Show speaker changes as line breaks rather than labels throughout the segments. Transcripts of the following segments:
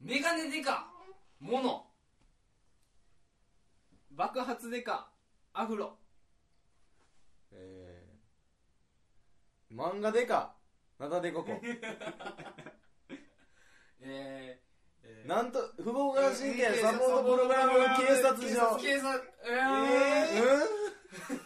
メガネデカモノ
爆発デカアフロ
えー、漫画でか、なだでここ。
えー、えー
なんと、不合格神経サポートプログラム警察署。
警察えー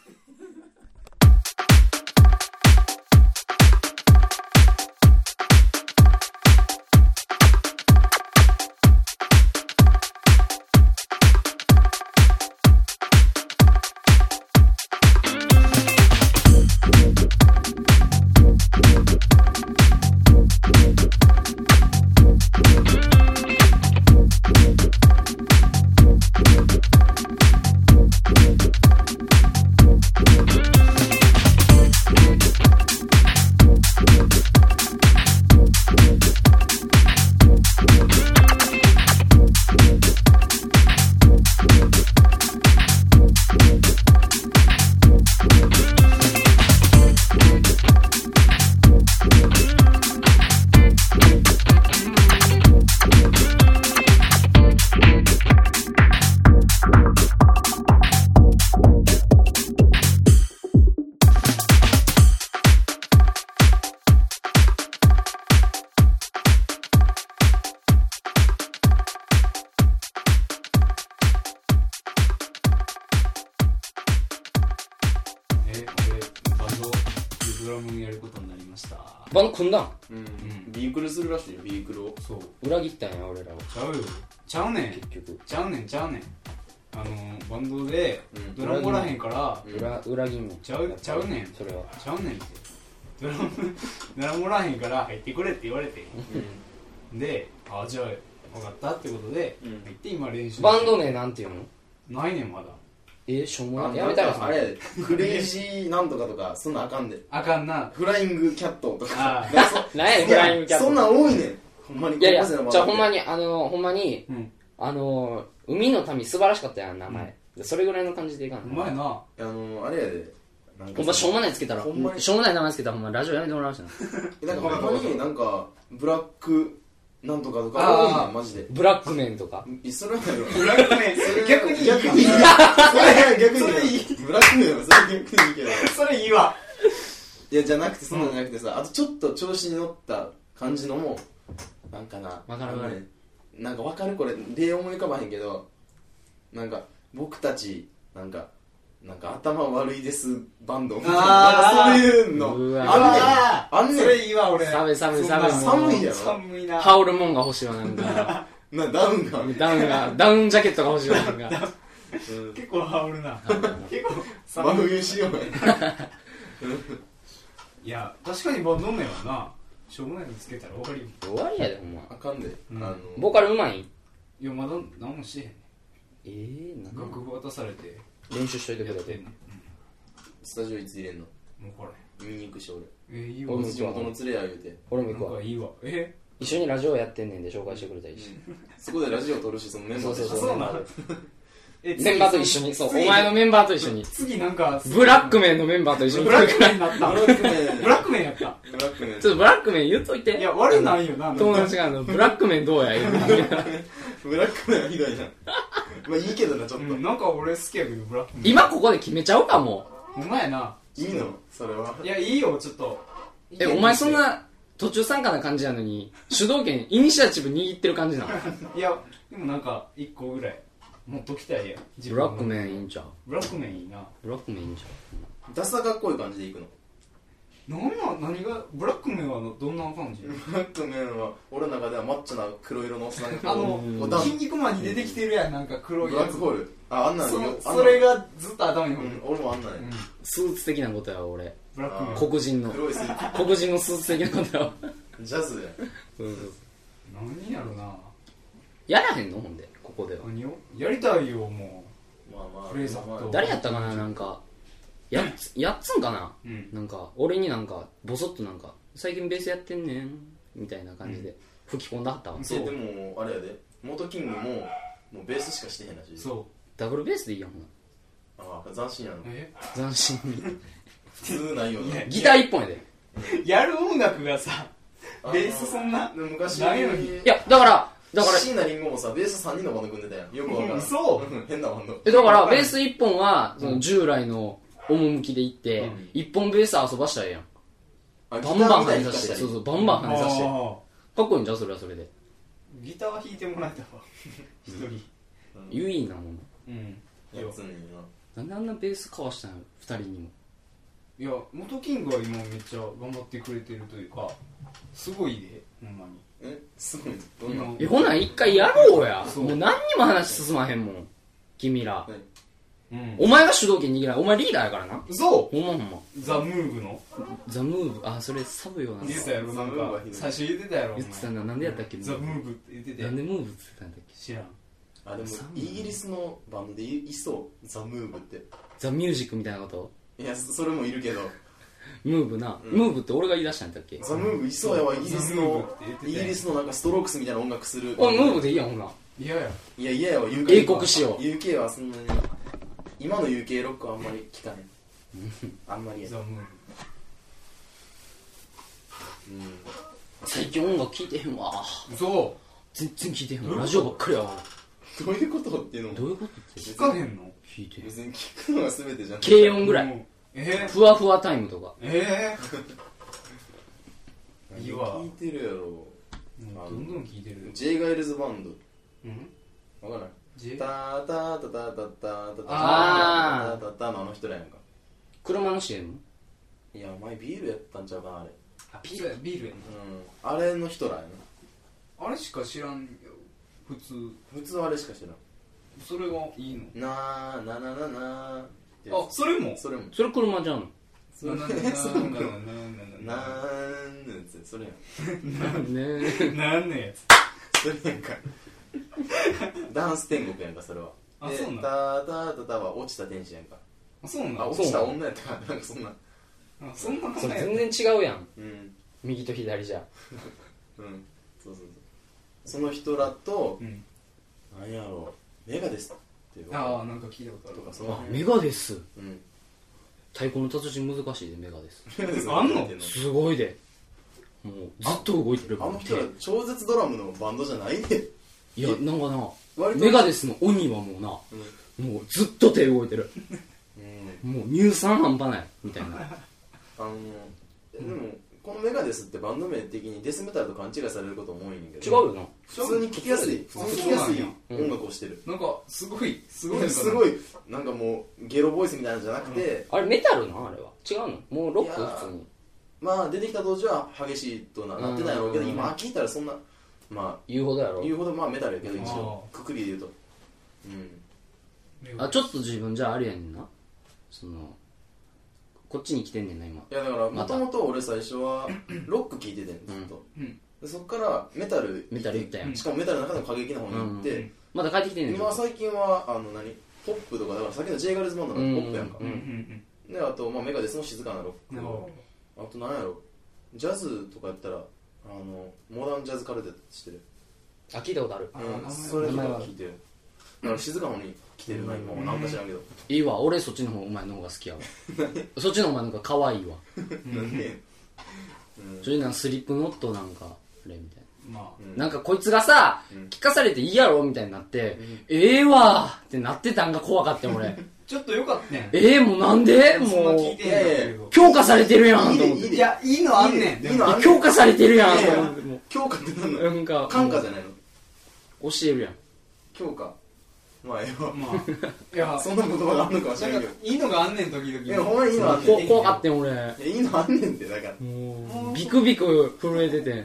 え俺バンドプログラムやることになりました
バン組んだん
うん。ビークルするらしいよ、ビークルを。
そう
裏切ったんや俺らは
ちゃうよちゃうねん
結局
ちゃうねんちゃうねんあのバンドで
うん
ドラムおらへんから、
うん
裏裏切んの
ちゃうちゃうねん
それは
ちゃうねんってドラムドラムおらへんから入ってくれって言われてであじゃあ分かったってことで
うん
入って今練習
バンド名なんていうの
ないねんまだ
えしょうも
あ
ないやめたら
あれやで、クレイジーなんとかとか、そんなんあかんで。
あかんな
フライングキャットとか。
あ
だから
なんや
そ
フライングキャット
いやそんなん多いねん。ほんまに。
いやいや
高校生の漫画
じゃあほんまにあのほんまに
うん
あの海の民素晴らしかったやん名前それぐらいの感じでいか
うんまいな
あの、あれやで。なんか
ほんましょうもないつけたら
ほんまに
しょうもない名前つけたらほんまラジオやめてもらい ました
なんかほんまになんか、ブラックなんとかとか
あー
多いねん、マジで。
ブラックメンとか
いそれはないわ
ブラック メン
それは
逆にいい
逆にいいそれは逆にいいブラックメンはそれ逆にいいけど
それいいわ
いやじゃなくてそんなんじゃなくてさあとちょっと調子に乗った感じのもなんかな
わかるわ
あの
かる
ねなんかわかるこれ例思い浮かばへんけどなんか僕たちなんかなんか頭悪いですバンドみたいななん
あー
かそういうの
うわ
あんねんあん
そ
ね
れいいわ俺
寒い寒い寒い
そんなの
寒いやろ
寒いな
羽織るもんが欲しいわなんか
んなダウンが、
ダウンがダウンジャケットが欲しいわ なんか
うん、
結構羽織るな結構
真
寒い
冬仕様や
いや確かにバンド名はなしょうもないのつけたら分かるよ
終わりやでほんま
あかんで、
うん
あの
ボーカルうまい
いやまだ何もしてへんね
ええなんん
楽譜渡されて
練習しといて
やっ
くれ
て
て
んね
スタジオいつ入れんの
んもうこ
見に行くし俺
れえいいわ
俺も
地元の連れや言うて
俺も
な
行
ん
くわ
かいいわえ
一緒にラジオやってんねんで紹介してくれたりして
そこでラジオ撮るしそのメンバーで
そう
あそうな
そ
ん
う
え
メンバーと一緒にそうお
次
前のメンバーと一緒に
次なんか
ブラックメンのメンバーと 一緒に
ブラックメンになった
ブラックメン
ブラックメンやった
ブラックメン
ちょっとブラックメン言っといて
いや悪ないよななんか
友達があのブラックメンどうや言うて
ブラックメンはひどいなまあいいけどなちょっ
う
と、
んなんか俺好きやけどブラックメン
今ここで決めちゃおうかも
お前ない
いのそれはい
やいいよちょっと
うえお前そんな途中参加な感じなのに主導権イニシアチブ握ってる感じなの
いやでもなんか一個ぐらい持っときたいや自
ブ
分
ラ
の
ックメンいいんちゃう
ブラックメンいいな
ブラックメンいいんちゃ
ダサかっこいい感じでいくの
なんなん何がブラックメンはどんな感じ
ブラックメンは俺の中ではマッチョな黒色のおっさんが
あ
こ
の
うボタン
筋肉マンに出てきてるやんなんか黒い
ブ
や
ラッ
つ
クホールああんなの
そ
よ
の
あんな
それがずっと頭に
う
おる
ん俺もあんなの
う
よ
ん
うスーツ的なことやわ俺
ブラックメン
あ
黒人 の
黒いスー
黒人のスーツ的なことやわ
ツジャズ
何やろな
やらへんのほんでここでは
何をやりたいよも
やまあまあ
フレーザーと
誰やったかななんかやっつやっつんかな
ううん
なんか俺になんかボソッとなんか「最近ベースやってんねん」みたいな感じで吹き込んだはったわ、
えでもあれやで元キングももうベースしかしてへんらしい
そ
ダブルベースでいいやんほな
ああ斬新やな
うえ
斬新に
普通ないよな
ね
ギター一本やで
やる音楽がさ
あー
ベースそんな
でも昔
ないのに
いやだからだから
椎名林檎もさベース3人のバンド組んでたやんよくわからん
嘘
ん変なバンド
えだからベース1本はその従来の趣でいって、
うん
一1本ベース遊ばしたらええやん
バ
バンバン跳
出
ねさせてそうそううバンバン跳ねさせて
あ
かっこいいんじゃんそれはそれで
ー ギター弾いてもらえたわ一人
優位なもの
うんいや
やつにな
なんであんなベースかわしたの2人にも
いや元キングは今めっちゃ頑張ってくれてるというかすごいでほんまに
えすごいどんな
うん
えほな一回やろうや
そう
もう何にも話進まへんもん君ら
うん
お前が主導権握らないお前リーダーやからな
嘘
ほんまほんま
ザ・ムーブの
ザ・ムーブあそれサブよな
言ってたやろなん
ザムーブ
か
はひどい
最初言ってたやろお前
言ってたななんでやったっけ
ザ・ムーブって言ってた
な
や
ん
ん
でムーブって言ってたんだっけ
知らん
あでも
三
イ
人
ギリスのバンドでいいそうザ・ムーブって
ザ・ミュージックみたいなこと
いやそそれもいるけど
ムーブな、
うん
ムーブって俺が言い出したんだっけ
ザ・ムーブいそうやわイ
ザ
ギリス
ムーブ
の
って言ってた
イギ
やん
リスのなんかストロークスみたいな音楽する
おいムーブでいいやんほない
やいや
いやいややわ UK
英国仕様
UK はそんなに今の UK ロックはあんまり聞かないあんまりや
ザ・ムーブ
うん
最近音楽聴いてへんわ
嘘
全然聴いてへん
どういうこと
わラジオばっかりやわ
どういうことっていうの
ど
も
ういうことって
聞かへんの
聴いてへん
別に聞くのが全てじゃん
軽音ぐらい
もうえー
ふわふわタイムとか
えーいいわ
聞いてるやろ
もうどんどん聞いてる
J ガイルズバン
うん
ドわからん
J
タタタタタタタタ
あー
タタタのあの人らやんか
車の CM?
いやお前ビールやったんちゃうかなあれ
あビールやビールやな
うんあれの人らやな
あれしか知らんよ普通
普通はあれしか知らん
それがいいの
なーななななーってや
あそれも
つそれも
それ車じゃん
それ
な
も
な
ね
な
それも
な
な
な
ーんのやつそれやん
ねえ
なんのやつ
それやんかダンス天国やんかそれは
あ
で
そうなん
タタタタは落ちた天使やんか
あそうなん
あ落ちた女やったかなんかそんな
あそんな名
それ
前や
全然違うやん
うん
右と左じゃ
うんそうそうそうその人らと
うん
なんやろうメガですっていう
ああなんか聞いたことあ
と
る
か
わ
その辺
メガです
うん
太鼓の達人難しいでメガです
メガデス
あんの
すごいでもうずっと動いてる
あ
から
の人ら超絶ドラムのバンドじゃないで
いやなんかな
割と
メガデスの鬼はもうなもうずっと手動いてる
うん
もう乳酸半端ないみたいな
あのでもこのメガデスってバンド名的にデスメタルと勘違いされることも多いんだけ
違う
ど
よな
普通に聴きやすい普
あ
通に聴きやすい
そうなん
や
音楽をしてる
なんかすごいす ごい
すごいなんかもうゲロボイスみたいなのじゃなくて
あれメタルなあれは違うのもうロック
いやー
普通に
まあ出てきた当時は激しいとななってたんやろうけど
うん
今聴いたらそんなま
言うほどや
あ
ろ
言うほどまあメタルやけど一応
あ
くくりで言うとうん
あちょっと自分じゃあれやねんなそのこっちに来てんねんな今
いやだからも
また
ともと俺最初 はロック聴いててんずっと、
うん
でそっからメタル行って
メタル行ったやん
しかもメタルの中でも過激な方に行って、
まだ帰ってきてんねん
今は最近はあの何ポップとかだからさっきの J ガールズバンドのポップやんか、
うん
うん
であと、まあ、メガデスの静かなロ
う
ッ
ん
クあとなんやろジャズとかやったらあのモダンジャズカルテットしてる、
あ聞いたことある
うん、
あ
それとか
名前は
聞いてるだから静かの方に来てるな今はなんか知らんけど、
いいわ俺そっちの方お前の方が好 きやわそっちの方がなんか可愛いわ
なんで、うん
それなんかスリップノットなんかあれみたいな
ま
うん
なんかこいつがさ、
うん
聞かされていいやろみたいになって、ええわーってなってたんが怖かったよ 俺
あちょっとよかったやん
ええもうなんで
そんな
も
聞いうてへんの
強化されてるやんと思っ
いい
て
で
いやいいのあんねん
いいのあんねん
強化されてるやん
い
と
やい
思
や
っても
強化ってなんな
うな
の
んか
感化じゃないの
もう教えるやん
強化まあええわ
まあいや
そんな言葉があるのかもし
な
れ
ん
ん
か
けど
いいのがあんねん時々
いやほんまにいいのあんねん
こ怖かったよ俺
いやいいのあんねんってだから
もうビクビク震えてて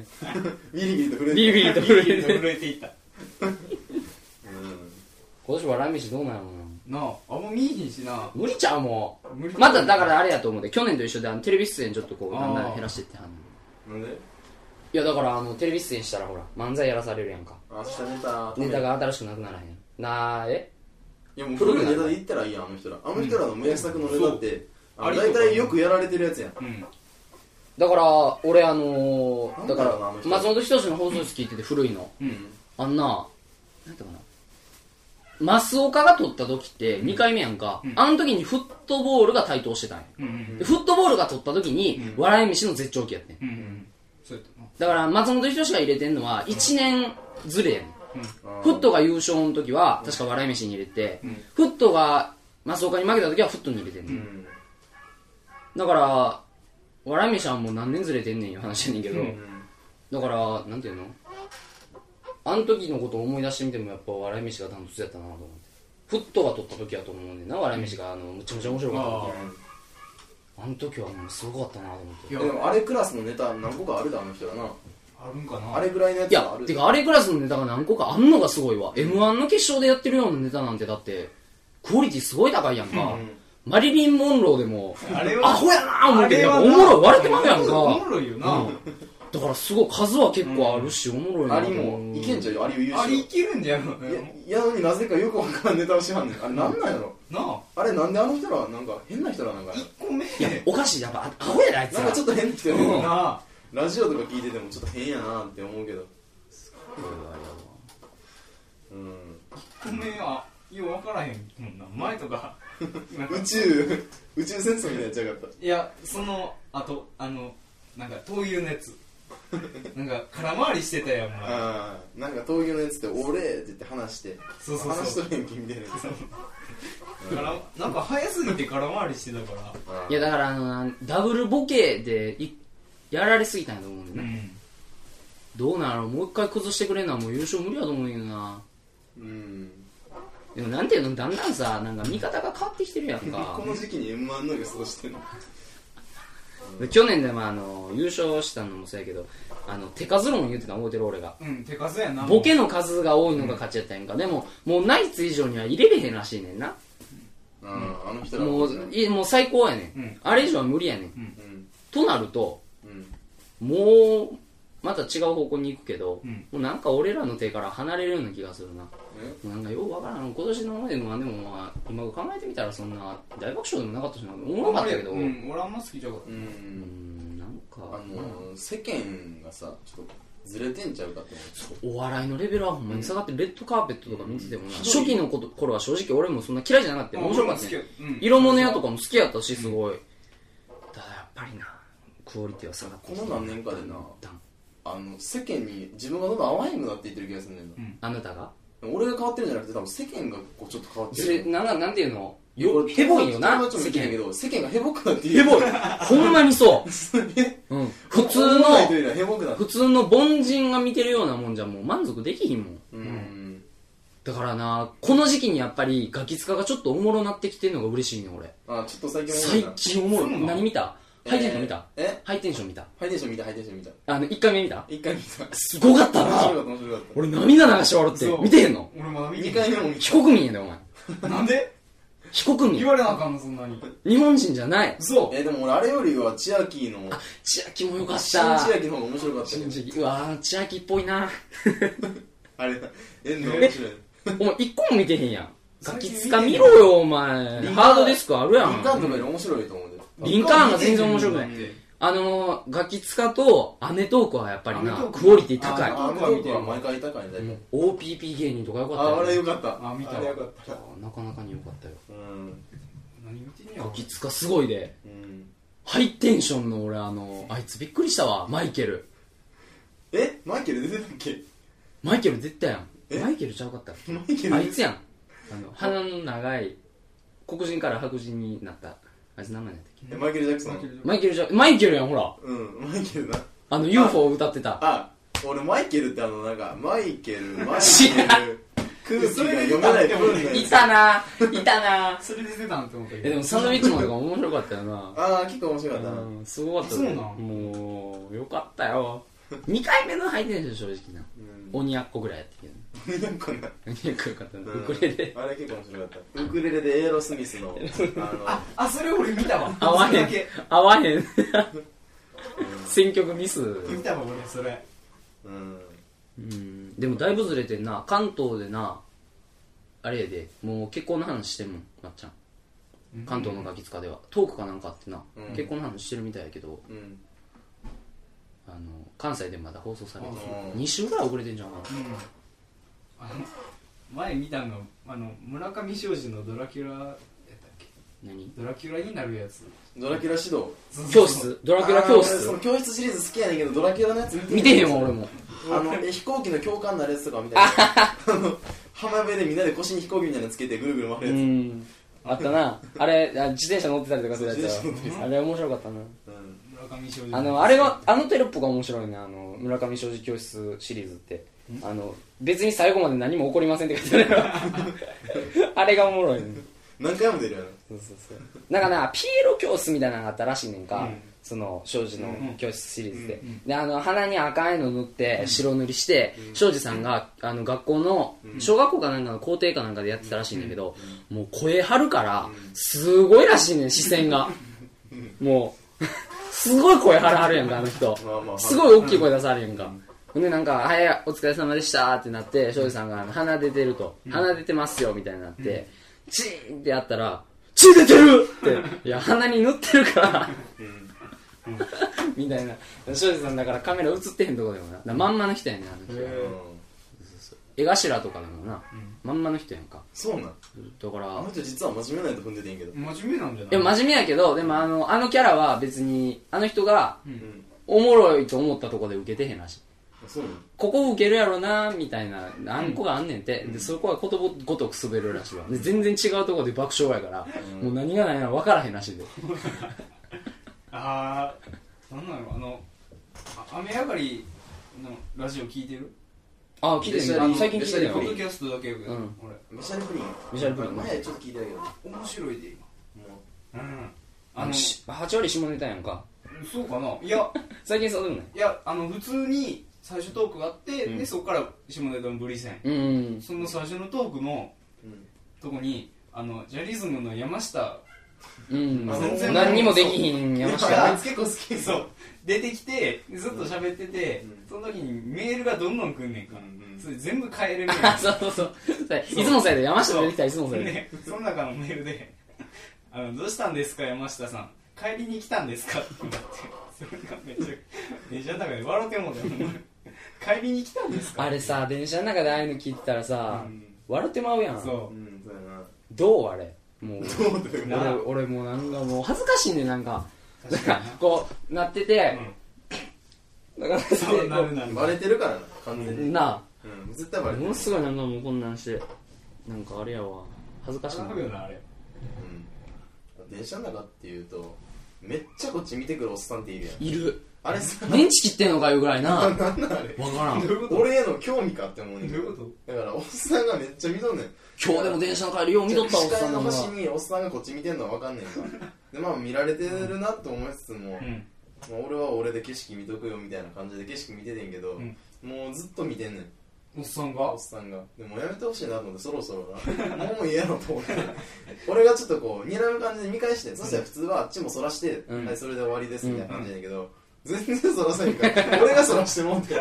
ビリビリと震えて
ビリビリと震えてて
震えていった
うん
今年笑い飯どうなんやろうな
なああんま見えへんしな
無理ちゃうも
無理
うまただからあれやと思うで去年と一緒であのテレビ出演ちょっとこうだんだん減らしてってはんの
なんで
いやだからあのテレビ出演したらほら漫才やらされるやんか
明日ネタ
ネタが新しくなくならへんなーえ
いやもう古いネタで言ったらいいやんあの人らあの人らの名作のネタってあの
そ
大
う
体よくやられてるやつやん
うん
だから俺あのー、だか
なんだろうなあの
ら
人
松本人志の放送室聞いてて古いの
うん
あんななんていうかなマスオカが取った時って2回目やんか、
うん
あの時にフットボールが台頭してたんや、
うんうん
でフットボールが取った時に、
うん
笑い飯の絶頂期やってん
うんうんそうやったな
だから松本人志が入れてんのは1年ずれやねん
あー
フットが優勝の時は確か笑い飯に入れて、フットが松岡に負けた時はフットに入れてんね、
うんん
だから笑い飯はもう何年ずれてんねんいう話やねんけど、だからなんていうのあの時のことを思い出してみてもやっぱ笑い飯がダントツやったなと思ってフットが取った時やと思うねんな笑い飯があのむちゃむちゃ面白かった時
あ
あの時はもうすごかったなと思って
いや
でもあれクラスのネタ何個かあるだあの人はな
あるんかな
あれぐらいのや
い
つは
や
ある
てかあれクラスのネタが何個かあんのがすごいわ m 1の決勝でやってるようなネタなんてだってクオリティすごい高いやんか、マリリン・モンローでも
あれは
アホやなー思うけど
あ
や
れは
っぱお
な
もろい割れてまうやんか
おもろいよな、
だからすごい数は結構あるし、おもろい
あ
なと
り
思う
もいけんじゃんよあり優
あ
勝
れいけるんじゃん
いややのになぜかよくわからんネタをしはんねんあれなんなんやろ
なあ
あれなんであの人らなんか変な人らなんかな
1個目
いやおかしいやっぱアホやであいつ
な
ら
んかちょっと変な人やねん
なあ
ラジオとか聞いててもちょっと変やなって思うけどうん
1個目はよう分からへんもんな前と か今
宇宙 宇宙戦争みたいになっちゃうかっ
いやそのあとあのなんか闘牛のやつなんか空回りしてたやんお
た
前
ああなんか闘牛のやつって「俺」って言って話して
そうそうそう
話しとるやんけみたいなやつ
空なんか早すぎて空回りしてたから
いやだからあのなダブルボケでいやられすぎたんやと思うんだよ
う
な、
ん
どうなのもう一回崩してくれんのはもう優勝無理やと思うんやけどな
うん
でもなんていうのだんだんさなんか見方が変わってきてるやんか
この時期に m 1の予想してんの
で去年でもあの優勝したのもそうやけどあの手数論言ってたの覚えてる俺が
うん手数やな
ボケの数が多いのが勝ちやったやんか、でももうナイツ以上には入れれへんらしいねんな
あああの人ら
も
う
うんいもう最高やねん、
うん
あれ以上は無理やねん
うん
となると
うん
もうまた違う方向に行くけど、
うん
もうなんか俺らの手から離れるような気がするな
え
なんかようわからん今年のまでもでもまあ今考えてみたらそんな大爆笑でもなかったしなおもろかったけど、
う
うん、
ん俺あんま好きじゃなかっ
う
ー
ん
んなんか、
あのー世間がさちょっとずれてんちゃうかって思う
お笑いのレベルはほんまに下がってレッドカーペットとか見ててもな、
うん
初期のこと頃は正直俺もそんな嫌いじゃなかった
た
よ面白かった
俺
ね
も好きやうん
色物屋とかも好きやったしすごい、ただやっぱりなクオリティは下がってきてる
この何年かでな
だん
あの世間に自分がどんどん合わへんくなっていってる気がするねんな
うん
あなたが
俺が変わってるんじゃなくて多分世間がこうちょっと変わって
それ
る
なんかなんていうの
こ
よ
れ
ヘボいよな
友達も言ってんやけど世間がヘボくなってい
ヘボい
い
ほんまにそう、うん、普通の
ヘボくなって
普通の凡人が見てるようなもんじゃもう満足できひんもん
うん
だからなこの時期にやっぱりガキ使がちょっとおもろなってきてるのが嬉しいね俺
あちょっと最近
最近おもろ
そうないの
何見たハイテンション見た、
ええ
ハイテンション見た
ハイテンション見たハイテンション見た
あの1回目見た
一回見た
すごかった
面白かっ
な
た面白かっ
俺涙流して笑って
そう
見てへんの
俺まだ
た
見
二
て
回目も見た
非国民やでお前
なんで
非国
言
民
われなあかんのそんなに
日本人じゃない
嘘
えでも俺あれよりは千秋の
千秋もよかった
新千秋の方が面白かったけ
新
ど
千秋うわー千秋っぽいな
あれえんの面白い
お前一個も見てへんやんガキ使
最近
見
見て
ろよお前
リンカーン
ハードディスクあるや
リンカーン
ん
とかより面白いと思うで
リンカーンが全然面白くない
うん
あのー、ガキツカとアメトークはやっぱりな
アメトー、ク
クオリティ高い。
あ
あのトークは毎回高いね大体
うん OPP 芸人とかよかったよ、
ああれよかった
あ見た
あれよかった
なかなかに良かったよ。
うん
何見てんねや
ガキツカすごいで。
うん
ハイテンションの俺、あのー、あいつびっくりしたわ、マイケル。
えマイケル出てたっけ
マイケル出てたやん。
え
マイケルちゃうかったっけ
マイケル
あいつやん。あの、鼻の長い、黒人から白人になった。あいつ名前なんだっけ
えマイケル・ジャクソ
マイケ
ン
ル
マイケルじゃ、マイケルやん、ほら。
うんマイケルな
あの、UFO を歌ってた。
あ俺マイケルってあのなんかマイ ケルマイケル空気が読めないプロの
い
やつ
たな、いたな。
それで出たんって思ったけど
え、でもサンドウィッチマンとか面白かったよな。
ああ結構面白かったな
うんすごかった
そうなん
もうよかったよ2回目のハイテンション正直な
うん
鬼やっこぐらいやってる
なんかな
けど鬼やっこよかったな
うん
ウクレレ
あれ結構面白かったウクレレでエーロスミスのあ
あそれ俺見たわ
合わ
それ
へん
だけ
合わへん
の
選曲ミス
見たわ俺それ
うんうん
うんでもだいぶずれてんな関東でなあれやでもう結婚の話してんもんまっちゃん関東のガキ使ではトークかなんかあってな、
うん
結婚の話してるみたいやけど
うん
あの関西でまだ放送されて
あそう
2週ぐらい遅れてんじゃんかな
うんあの前見たんがあの村上昌司の「ドラキュラ」やったっけ
何
ドラキュラになるやつ
ドラキュラ指導
教室ドラキュラ教
あー俺その
室
教室シリーズ好きやねんけどドラキュラのやつ
見てへんわ、俺も。
あのえ飛行機の教官になるやつとかみたいなあの浜辺でみんなで腰に飛行機みたいなのつけてぐるぐる回
う
るや
ん。あったな。あれ、あ自転車乗ってたりとかするやつ
そう自転車乗
やあれ面白かったな。
つ、うん
村上少女
あの、あれが、あのテロップが面白いね。あの、村上正治教室シリーズって。あの、別に最後まで何も起こりませんって書いて あるよあれがおもろいね。
何回も出るやろ
そうそうそう。なんかな、ピエロ教室みたいなのがあったらしいねんか。
うん
その、庄司の
うん
教室シリーズで。
うん
で、あの、鼻に赤いの塗って、白塗りして、庄司さんが、あの、学校の、小学校かなんかの校庭かなんかでやってたらしいねんだけど、もう声張るから、すごいらしいねん、視線が。もう、すごい声張るはるやんか、あの人
まあまあ。
すごい大きい声出さはるやんか。ほんで、なんか、はい、お疲れ様でしたってなって、庄司さんが、あの鼻出てると、鼻出てますよ、みたいになって、チーンってやったら、血出てるって、いや、鼻に塗ってるから、 みたいな。庄司さんだからカメラ映ってへんとこでもな。だからまんまの人やねん、あの人
へ。
うん
絵頭とかでもな、まんまの人やんか。
そうなん
だから、
あの人実は真面目なやつ踏んでていいんけど
真面目なんじゃない
でも真面目やけど、でもあの、あのキャラは別に、あの人が
うん
おもろいと思ったとこで受けてへんらしい。
そうなん
ここ受けるやろなみたいな、あんこがあんねんて。で、そこは言葉ごとく滑るらしいわ。で、全然違うとこで爆笑やから、もう何が何やら分からへんらしいで。
ああなんなのあのあ雨上がりのラジオ聞いてる
あ、聞いてる。あの最近聞いてる
ポ
よ
ッド。キャストだけやけど、
うん
俺
ミシャルプリン
ミシャルプリン
前ちょっと聞いてたけども
面白いで今うん
あ
あ
の、
の
し8割下ネタやんか。
そうかないや
最近そうでもない。
いやあの普通に最初トークがあって、
うん
でそこから下ネタのブリセン
うん。
その最初のトークの
うん
とこにあのジャリズムの山下
うん。
あ全然
何にもできひん山
いや
下
あ。いつ結構好き
そう出てきてずっと喋ってて、
うん
その時にメールがどんどん来んねん
う
か、
ん
それ全部変えれるやん
あ、 そうそうそう。いつもそうやで。山下出てきたらいつもそうやで。
でその中のメールで「あのどうしたんですか山下さん帰りに来たんですか?」って言うんだってそれがめちゃめちゃ高い笑ってもうたよお前帰りに来たんですか
あれさ、電車の中でああいうの聞いてたらさ、
うん
笑ってまうやん。
そ
うんそうやな
どうあれもう
どうって
な
俺俺もうなんかもう恥ずかしいねなんかなんかこうなって
う、
て
うん、
だからこ
そうなるなる
バレてるからな完全
う
に
な
うん絶対
あ
バレて
も
る
のすごいなんかもうこんなんしてなんかあれやわ恥ずかしいな
騒ぐなあれ
うん電車の中っていうとめっちゃこっち見てくるおっさんっているやん
いる
あれさ
電池切ってんのかいうぐらいなわか
ど
ら
うんいうこと
俺への興味かって思うねん
どういうこ
だからおっさんがめっちゃ見とんねん
今日でも電車の帰りよう見とったおっ
視
さ
界
ん
の
なん
端
か
におっさんがこっち見てんのは分かんねんからでまあ見られてるなと思いつつも、
うん
まあ俺は俺で景色見とくよみたいな感じで景色見ててんけど、
うん
もうずっと見てんねん
おっさん
お
が
っさんがでもやめてほしいなと思ってそろそろ なもういいやろと思って俺がちょっとこう睨む感じで見返してそしたら普通はあっちもそらして、
うん
はいそれで終わりですみたいな感じだけど、全然そらせんから俺がそらしてもうて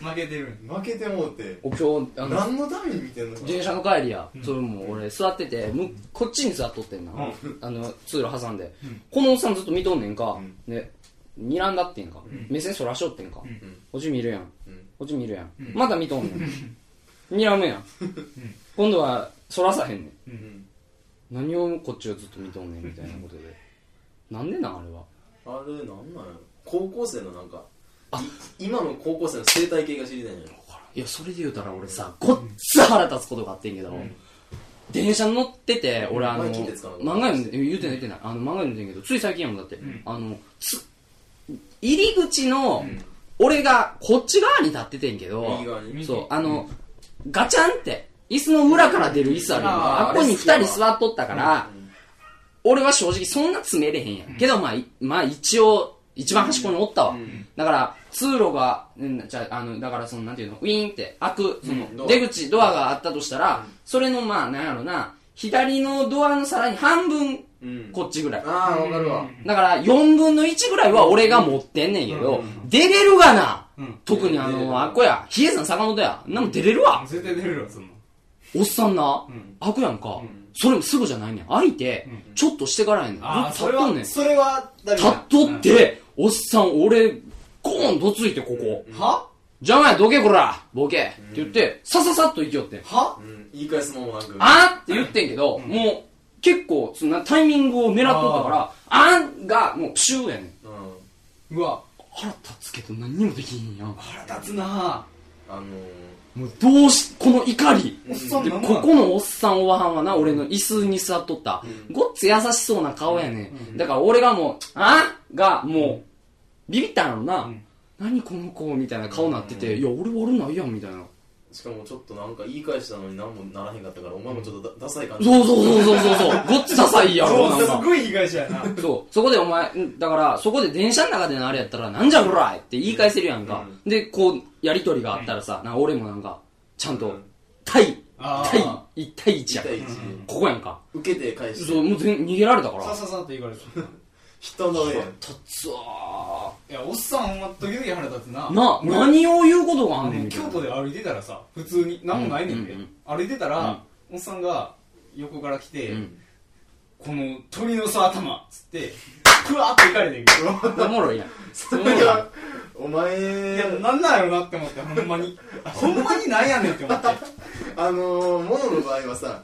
負けてる
負けてもうて
お今日あの
何のために見てんのか
電車の帰りや、それも俺座っててむこっちに座っとってんな、あの通路挟んで、このおっさんずっと見とんねんか、で睨んだってんか、目線そらしょってんか、こっち見るやん、
うん
こっち見るやん、まだ見とんね ん睨むやん今度はそらさへんね、
うんん
何をこっちをずっと見とんねんみたいなこと でなんでなんあれは
あれなんなんやろ高校生のなんかい今の高校生の生態系が知りたいんやろ
いやそれで言うたら俺さごっつ腹立つことがあってんけど、電車乗ってて俺あの
前
漫
聞いてつかなかった
画読んで言うてない言うてないあの漫画読んでんけどつい最近やもんだって、あのつ入り口の、俺がこっち側に立っててんけど
右側に右
そうあの、ガチャンって椅子の裏から出る椅子あるやん
あー
かあっこに
あれ
2
好
人
き
座っとったから、俺は正直そんな詰めれへんやん。けど、まあ、いまあ一応、一番端っこにおったわ。だから、通路が、うんじゃあ、あの、だからその、なんていうの、ウィーンって開く、そ
ド
の、
ア
出口、ドアがあったとしたら、それの、まあ、なんやろな、左のドアのさらに半分、
うん
こっちぐらい。
ああわかるわ
だから、4分の1ぐらいは俺が持ってんねんけど、出れるがな、
うん
特にあ
出れる
の、あっこや、ヒエさん坂本や、んなんも出れるわ。
絶対出るよそんな
おっさんな、
ん
開くやんか、それもすぐじゃないねん。開いて、ちょっとしてからやねん。ずっと
あー
立
そ
っ
れ
とんね
は
ん。
それはダメ
立
だ
っとって、おっさん、俺、ゴーンとついて、ここ。
は
邪魔や、どけこらボケって言って、さささっと行きよってん。
は
うん言い返すもんもなく
あーって言ってんけど、もう、結構そんなタイミングを狙っとったから「あん」がもうシューやねん
うん
うわ
腹立つけど何にもできひんやん
腹立つな
あのー
もうどうしこの怒り
おっさん
で
なんなん
ここのおっさんおばはんはな俺の椅子に座っとった、ごっつ優しそうな顔やね、んだから俺がもう「あがもうビビったんやろな、
うん
何この子みたいな顔なってて、いや俺悪ないやんみたいな
しかもちょっとなんか言い返したのに何もならへんかったからお前もちょっとダ,、ダサい感じ
そうそうそうそうそう そうごっつダサいやろ
そう
なん
す
か
ごい被害者やな
そうそこでお前んだからそこで電車の中でのあれやったら「なんじゃこらい!」って言い返せるやんか、でこうやりとりがあったらさ、なんか俺もなんかちゃんと対
あ
対
ー
1対1や
1対1、
ここやんか
受けて返して
そうもう全逃げられたから
さささって言われる
人の絵やん
立つわ
いやおっさんほんま時々腹立つな
な
俺
何を言うことがあんねんみたい
京
な
都で歩いてたらさ普通に何もないねんで、
うんうん
歩いてたら、おっさんが横から来て、
うん
この鳥のさ頭っつってクワーっていかれてんけど
おもろいやん
そ れがお前
いやなんなんやろなって思ってほんまにほんまになんやねんって思って
あのー、モノの場合はさ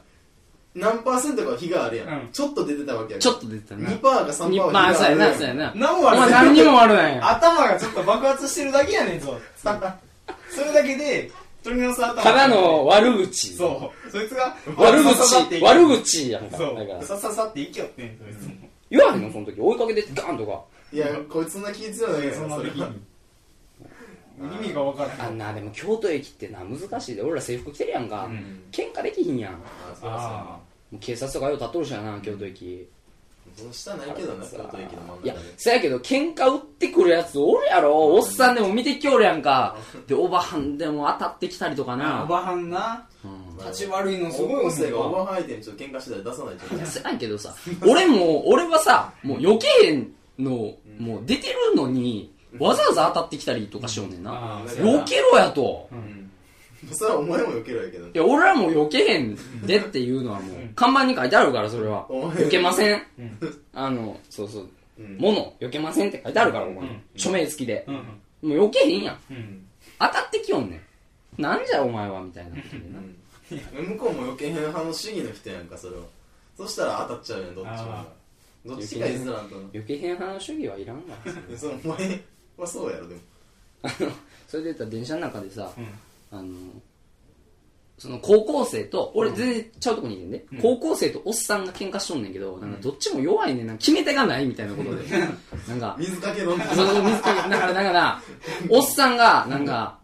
何パーセントかは火があるやん、
うん
ちょっと出てたわけや
ちょ
っ
っと出てたな
2パーか3パー
ま
は
あ
火
そ
がある
うや
や
なそ
ん
うやな
何
お
も悪
前
い
何にも悪 ないやん
頭がちょっと爆発してるだけやねんぞそれだけで鳥のさ頭
ただの悪口
そうそいつが
悪
さささって
口
いけよ
悪口やんかだか
そう
ら
さささっていけよってんそいつも
言わへんのその時追いかけてってガンとか
いやこいつそんな気強いわけや
そんな
それ
時に意味が分からへん
あんなでも京都駅ってな難しいで俺ら制服着てるやんか
うん
喧嘩できひんやんも
あそうやそうや
あ
う警察とかよう立っとるしやな京都駅
その下ないけどな京都駅の真ん中
い
で
やそやけど喧嘩売ってくるやつおるやろおっさんでも見てきおるやんかでおばはんでも当たってきたりとか
あ
な
おばはんな
うん
立ち悪いのす
高
ごい
校生がオー
わ
バーハイテンちょっと喧嘩してたら出さないと
いやせやけどさ俺も俺はさもう余計の、もう出てるのにわざわざ当たってきたりとかしようねんな
あ
ー
ー
うん
避けろやと
うんそれはお前も避けろやけど
いや俺らも避けへんでっていうのはもう看板に書いてあるからそれは
お前
避けません
うん
あのそうそう
うん
物避けませんって書いてあるからお前
うん
署名付きで
うん
もう避けへんやん
うん
当たってきよんねんなんじゃお前はみたいなことでな
うん 向こうも避けへん派の主義の人やんかそれはそしたら当たっちゃうやんどっちも
あ
どっちが譲らんとな
避けへん派の主義はいらんわ
そうお前はそうやろでも
あのそれで言ったら電車の中でさ、
うん
あのその高校生と俺全然ちゃうとこにいてんで、高校生とおっさんが喧嘩しとんねんけどなんかどっちも弱いねんなんか決め手がないみたいなことでなんか
水かけ飲んで
そうそう水かけだからだからおっさんがなんか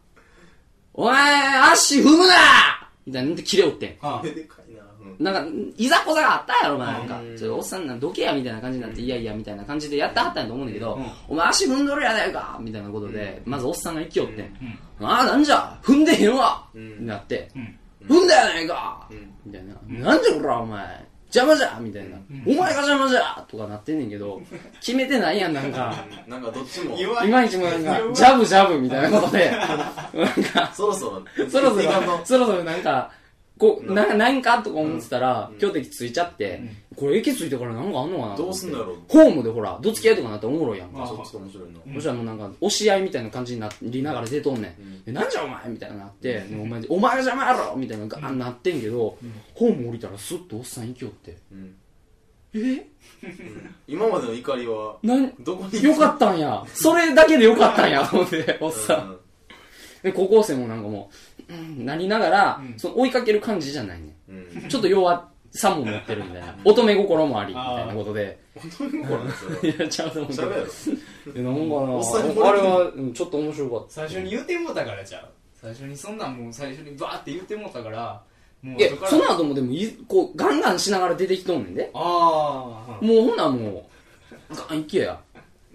「お前足踏むな!」みたいなんで切れおってん
あ
でかいなうん
なんかいざこざがあったんやろお前なんか
うん
ちょっとおっさんなんどけやみたいな感じになって、いやいやみたいな感じでやってはったんやと思うんだけど、
うん
お前足踏んどるやないかみたいなことで、まずおっさんが生きよって、
ん
ああなんじゃ踏んでへんわ、
うん
になって、
うん
踏んだやないか、
ん
みたいな、なんじゃこらお前邪魔じゃみたいな、お前が邪魔じゃとかなってんねんけど決めてないやんなんか
なんかどっちも
弱
い
い
まいちもなんかジャブジャブみたいなことで なんか
そろそろ
そろそ
い
ろ
い感じ、
そろそろなんか、こう、な、なんかとか思ってたら、今日的ついちゃって、これ駅ついてからなんかあんのかなと
ど
思
う
って
すんだろう
ホームでほら、どつき合いとかなっておもろいやん
あ
か。
ちょっと面白いな
そしたらもうなんか、押し合いみたいな感じになりながら出とんねん。でなんじゃお前みたいななって、でお前、お前が邪魔やろみたいなガーンなってんけど、ホーム降りたらスッとおっさん行きよって。
うん
え
今までの怒りは
なん、
どこに
よかったんや。それだけでよかったんや、と思って、おっさ。
うん
で、高校生もなんかもう、うん、なりながら、その追いかける感じじゃないねん。
んうん
ちょっと弱さも持ってるみたいな。乙女心もあり、み
あー
たいなことで。
本当に怒るなそ れはい
や、ちゃうと思う。
喋やろ
えなんか
おっさんに
な、あ
漏れ
れ
てる
は、うんちょっと面白かっ
最初に言うてもうたからちゃう最初にそんなんもう最初にバーって言うてもうたからもう
た。いや
後か、ら
その後もでもい、こう、ガンガンしながら出てきとんねんで。
ああ
もうほんならもう、ガン行けや。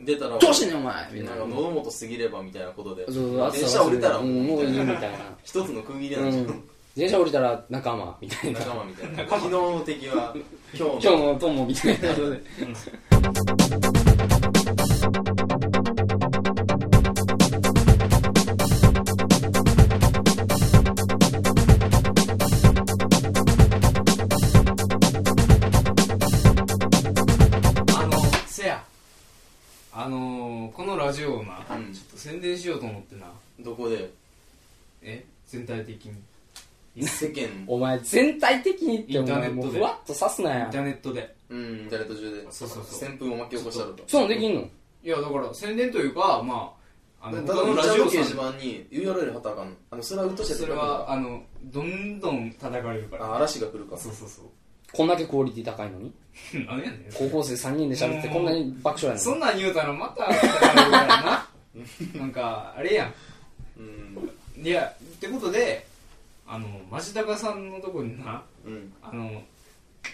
出たら
どうしてんねん、お前みた
ないん
な
か。喉元過ぎればみたいなことで
そうそう、暑
電
さ
車
忘
降
れ
りたら
うんもういいみ たい
一つの区切り
な。
なん
う
じゃん
ん。電車降りたら仲間、みたいな。
仲間みたいな昨日の敵 は今日
今
の
日の友みたいなことで。
あのせやあのー、このラジオをな、
うん
ちょっと宣伝しようと思ってな
どこで
え全体的に
世間
お前全体的にって
イ
お前
ンターネットで
もうふわっと刺すな
イン
や
ターネットで
うんインターネット中で
そうそうそう
旋風を巻き起こしたろと
そうなんできんの
いやだから宣伝というかまああの
ただ
他の
の
ラ
ラジ
ジ
オ
オ
掲
さ
示
ん
板に URL 貼ったらあかんのあのそれはうっとして
それはあのどんどん叩かれるから
あ嵐が来るか
そうそうそう
こんだけクオリティ高いのに
何やねん
高校生3人で喋ってこんなに爆笑や
そ
の
んなん言うたらまた叩かれるか らななんかあれやん
うん
いやってことであのマジタカさんのとこにな
うん
あの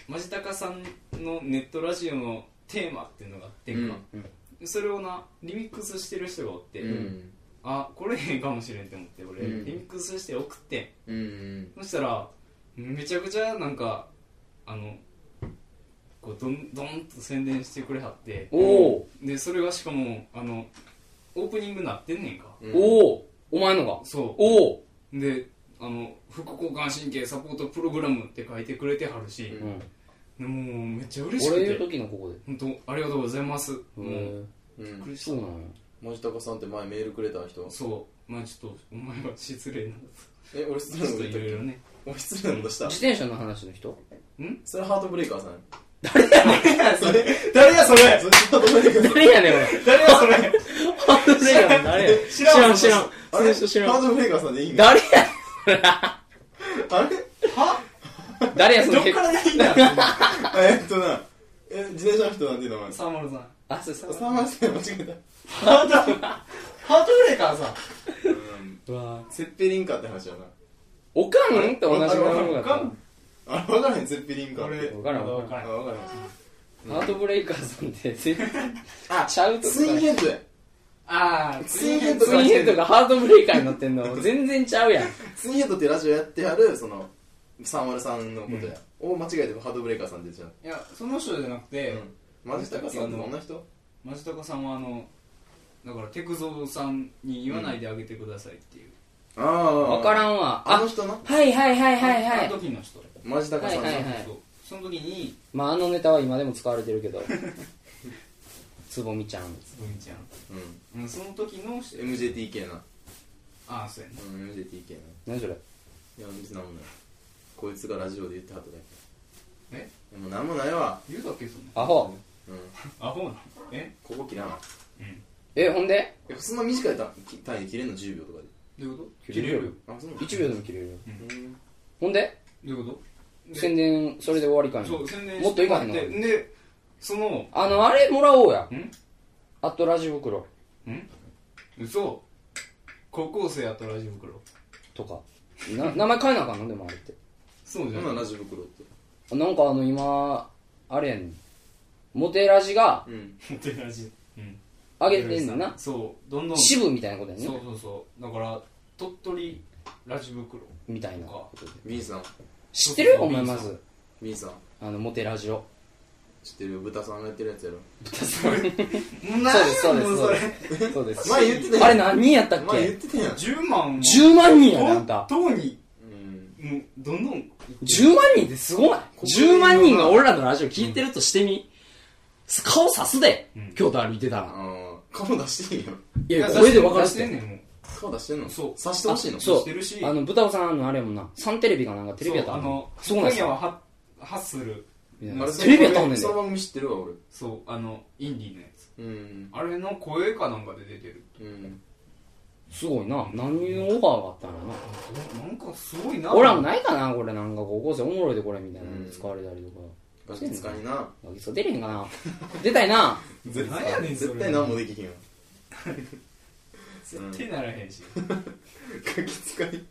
マジタカさんのネットラジオのテーマっていうのがあってんか、
うん
それをなリミックスしてる人がおって、
うん
あこれええかもしれんって思って俺、
うん
リミックスして送ってん
うん
そしたらめちゃくちゃなんかあのこうどんどんと宣伝してくれはって
おお
でそれがしかもあのオープニングなってんねんか
うん
おおお前のが
そ
おお
うであの副交感神経サポートプログラムって書いてくれてはるし、
うん
でもうめっちゃ嬉しく
俺言う
て
時のここで
本当ありがとうございますもう
へ
う
びっ
ん
くりし
そうなのよ
森高さんって前メールくれた人
たそうまあちょっとお前は失礼な
え俺失
ち
礼な
ょ
こ
っと
と
い
言
ろ
っ
い
た
ろね
俺失礼なことした
自転車の話の人
それハートブレイカー さん
それ誰やそれ
それハートブレイカーさん
誰やねん俺
誰やそれ
ハートレイヤーの誰や
知らん
知らん
あ
そ
れ
の
ハ
人知ら
ー
ん
トブレイカーさんでいいんだ
誰や
あれ
は
誰やそ
ど
の
っからでいいんだ
えっとなえ自転車の人なんていう名前
サーマルさん
あそうそう
サーマルさん間違え
ハートハートブレーカーさ
たうん
うわ
セッペリンカって話やな
おかんって同じもの
わ
だっ
か
た
ん
あれ分からへんセッペリンカって
わからんわ
わ
か
か
ん
らん
あ分からへん
ハートブレイカーさんって全然
あ
ちゃうと
ツインヘッドや
ああ
ツインヘッド
ツインヘッドがハートブレイカーになってんの全然ちゃうやん
ツインヘッドってラジオやってはるそのサーマルさんのことや、を間違えてハートブレイカーさんって言っちゃう
いやその人じゃなくて、
マジタカさんってどんな人
マジタカさんはあのだからテクゾーさんに言わないであげてくださいっていう、
ああ
わからんわ
あ
あ
の人な
はいはいはいはいは
あの
い
時の人
マジタカさんな、
はいはい
そうその時に
まああのネタは今でも使われてるけ どつぼみちゃん
つぼみちゃん、
う
うん、その時の
ん MJTK な
ああそうやね
うん MJTK な
何それ
いや別になんもないこいつがラジオで言ってはっただけ
え
でもなんもないわ
言うだっけそんな
アホ
うん
アホなえ
ここ切らん
うん
えほんで
え普通の短い単き単位で切れんの10秒とかで
どういうこ
切れるよ
あそうなの
1秒でも切れるよ
うん
ほんで
とどういうことで
宣伝それで終わりかいな
そう宣伝
もっといかへんの
ででその
あのあれもらおうや
ん
あとラジ袋
嘘高校生やったラジ袋
とか な名前変えなあかんのでもあれって
そうじ
そ
ゃ
ん
な
ないんラジ袋って
なんかあの今あれやねんモテラジが
うん
モテラジうん
上げてんのな
そうどんどん
支部みたいなことやね
そうそうそうだから鳥取ラジ袋
みたいなことで
B さん
知って
そ
る
うそう
お前
いい
ま
さ
ず
B さん
あのモテラジオ
知ってるよ豚さんがやってるやつやろ
そうですそうです
もうそれ
そうです
前言ってたや
あれ
ん
何人やったっ
前言って
け
たやん
10万も
10万人やであんた
本当に
うん
もうどんどん
10万人ってすごない
国民の
10
な
万人が俺らのラジオ聞いてるとしてみ顔さすで
うん
京都歩いてた
あ
ら
ー顔出していいよ
いや声で分かるっ
出してんね
て
んもう
顔出してんの
そう
刺してほしいの
そ
してるし
うあの豚尾さんのあれやもんなサンテレビかなんかテレビやった
そうあの
そう
今
なんです
夜
よ
はハッハッスル
みたい
あ
な
れ
テレビやったもんねん
その番組知ってるわ俺
そうあのインディーのやつ
うん
あれの声かなんかで出てる
うん
すごいな何のオファーがあったんやな
なんかすごいな
俺らもないかなこれなんか高校生おもろいでこれみたいな
うん
の使われたりとか
ガキ使いな
あそう出れへんかな出たいな
絶対やねんそれ
絶対何もできひんよ
絶対ならへんし
ガキ使い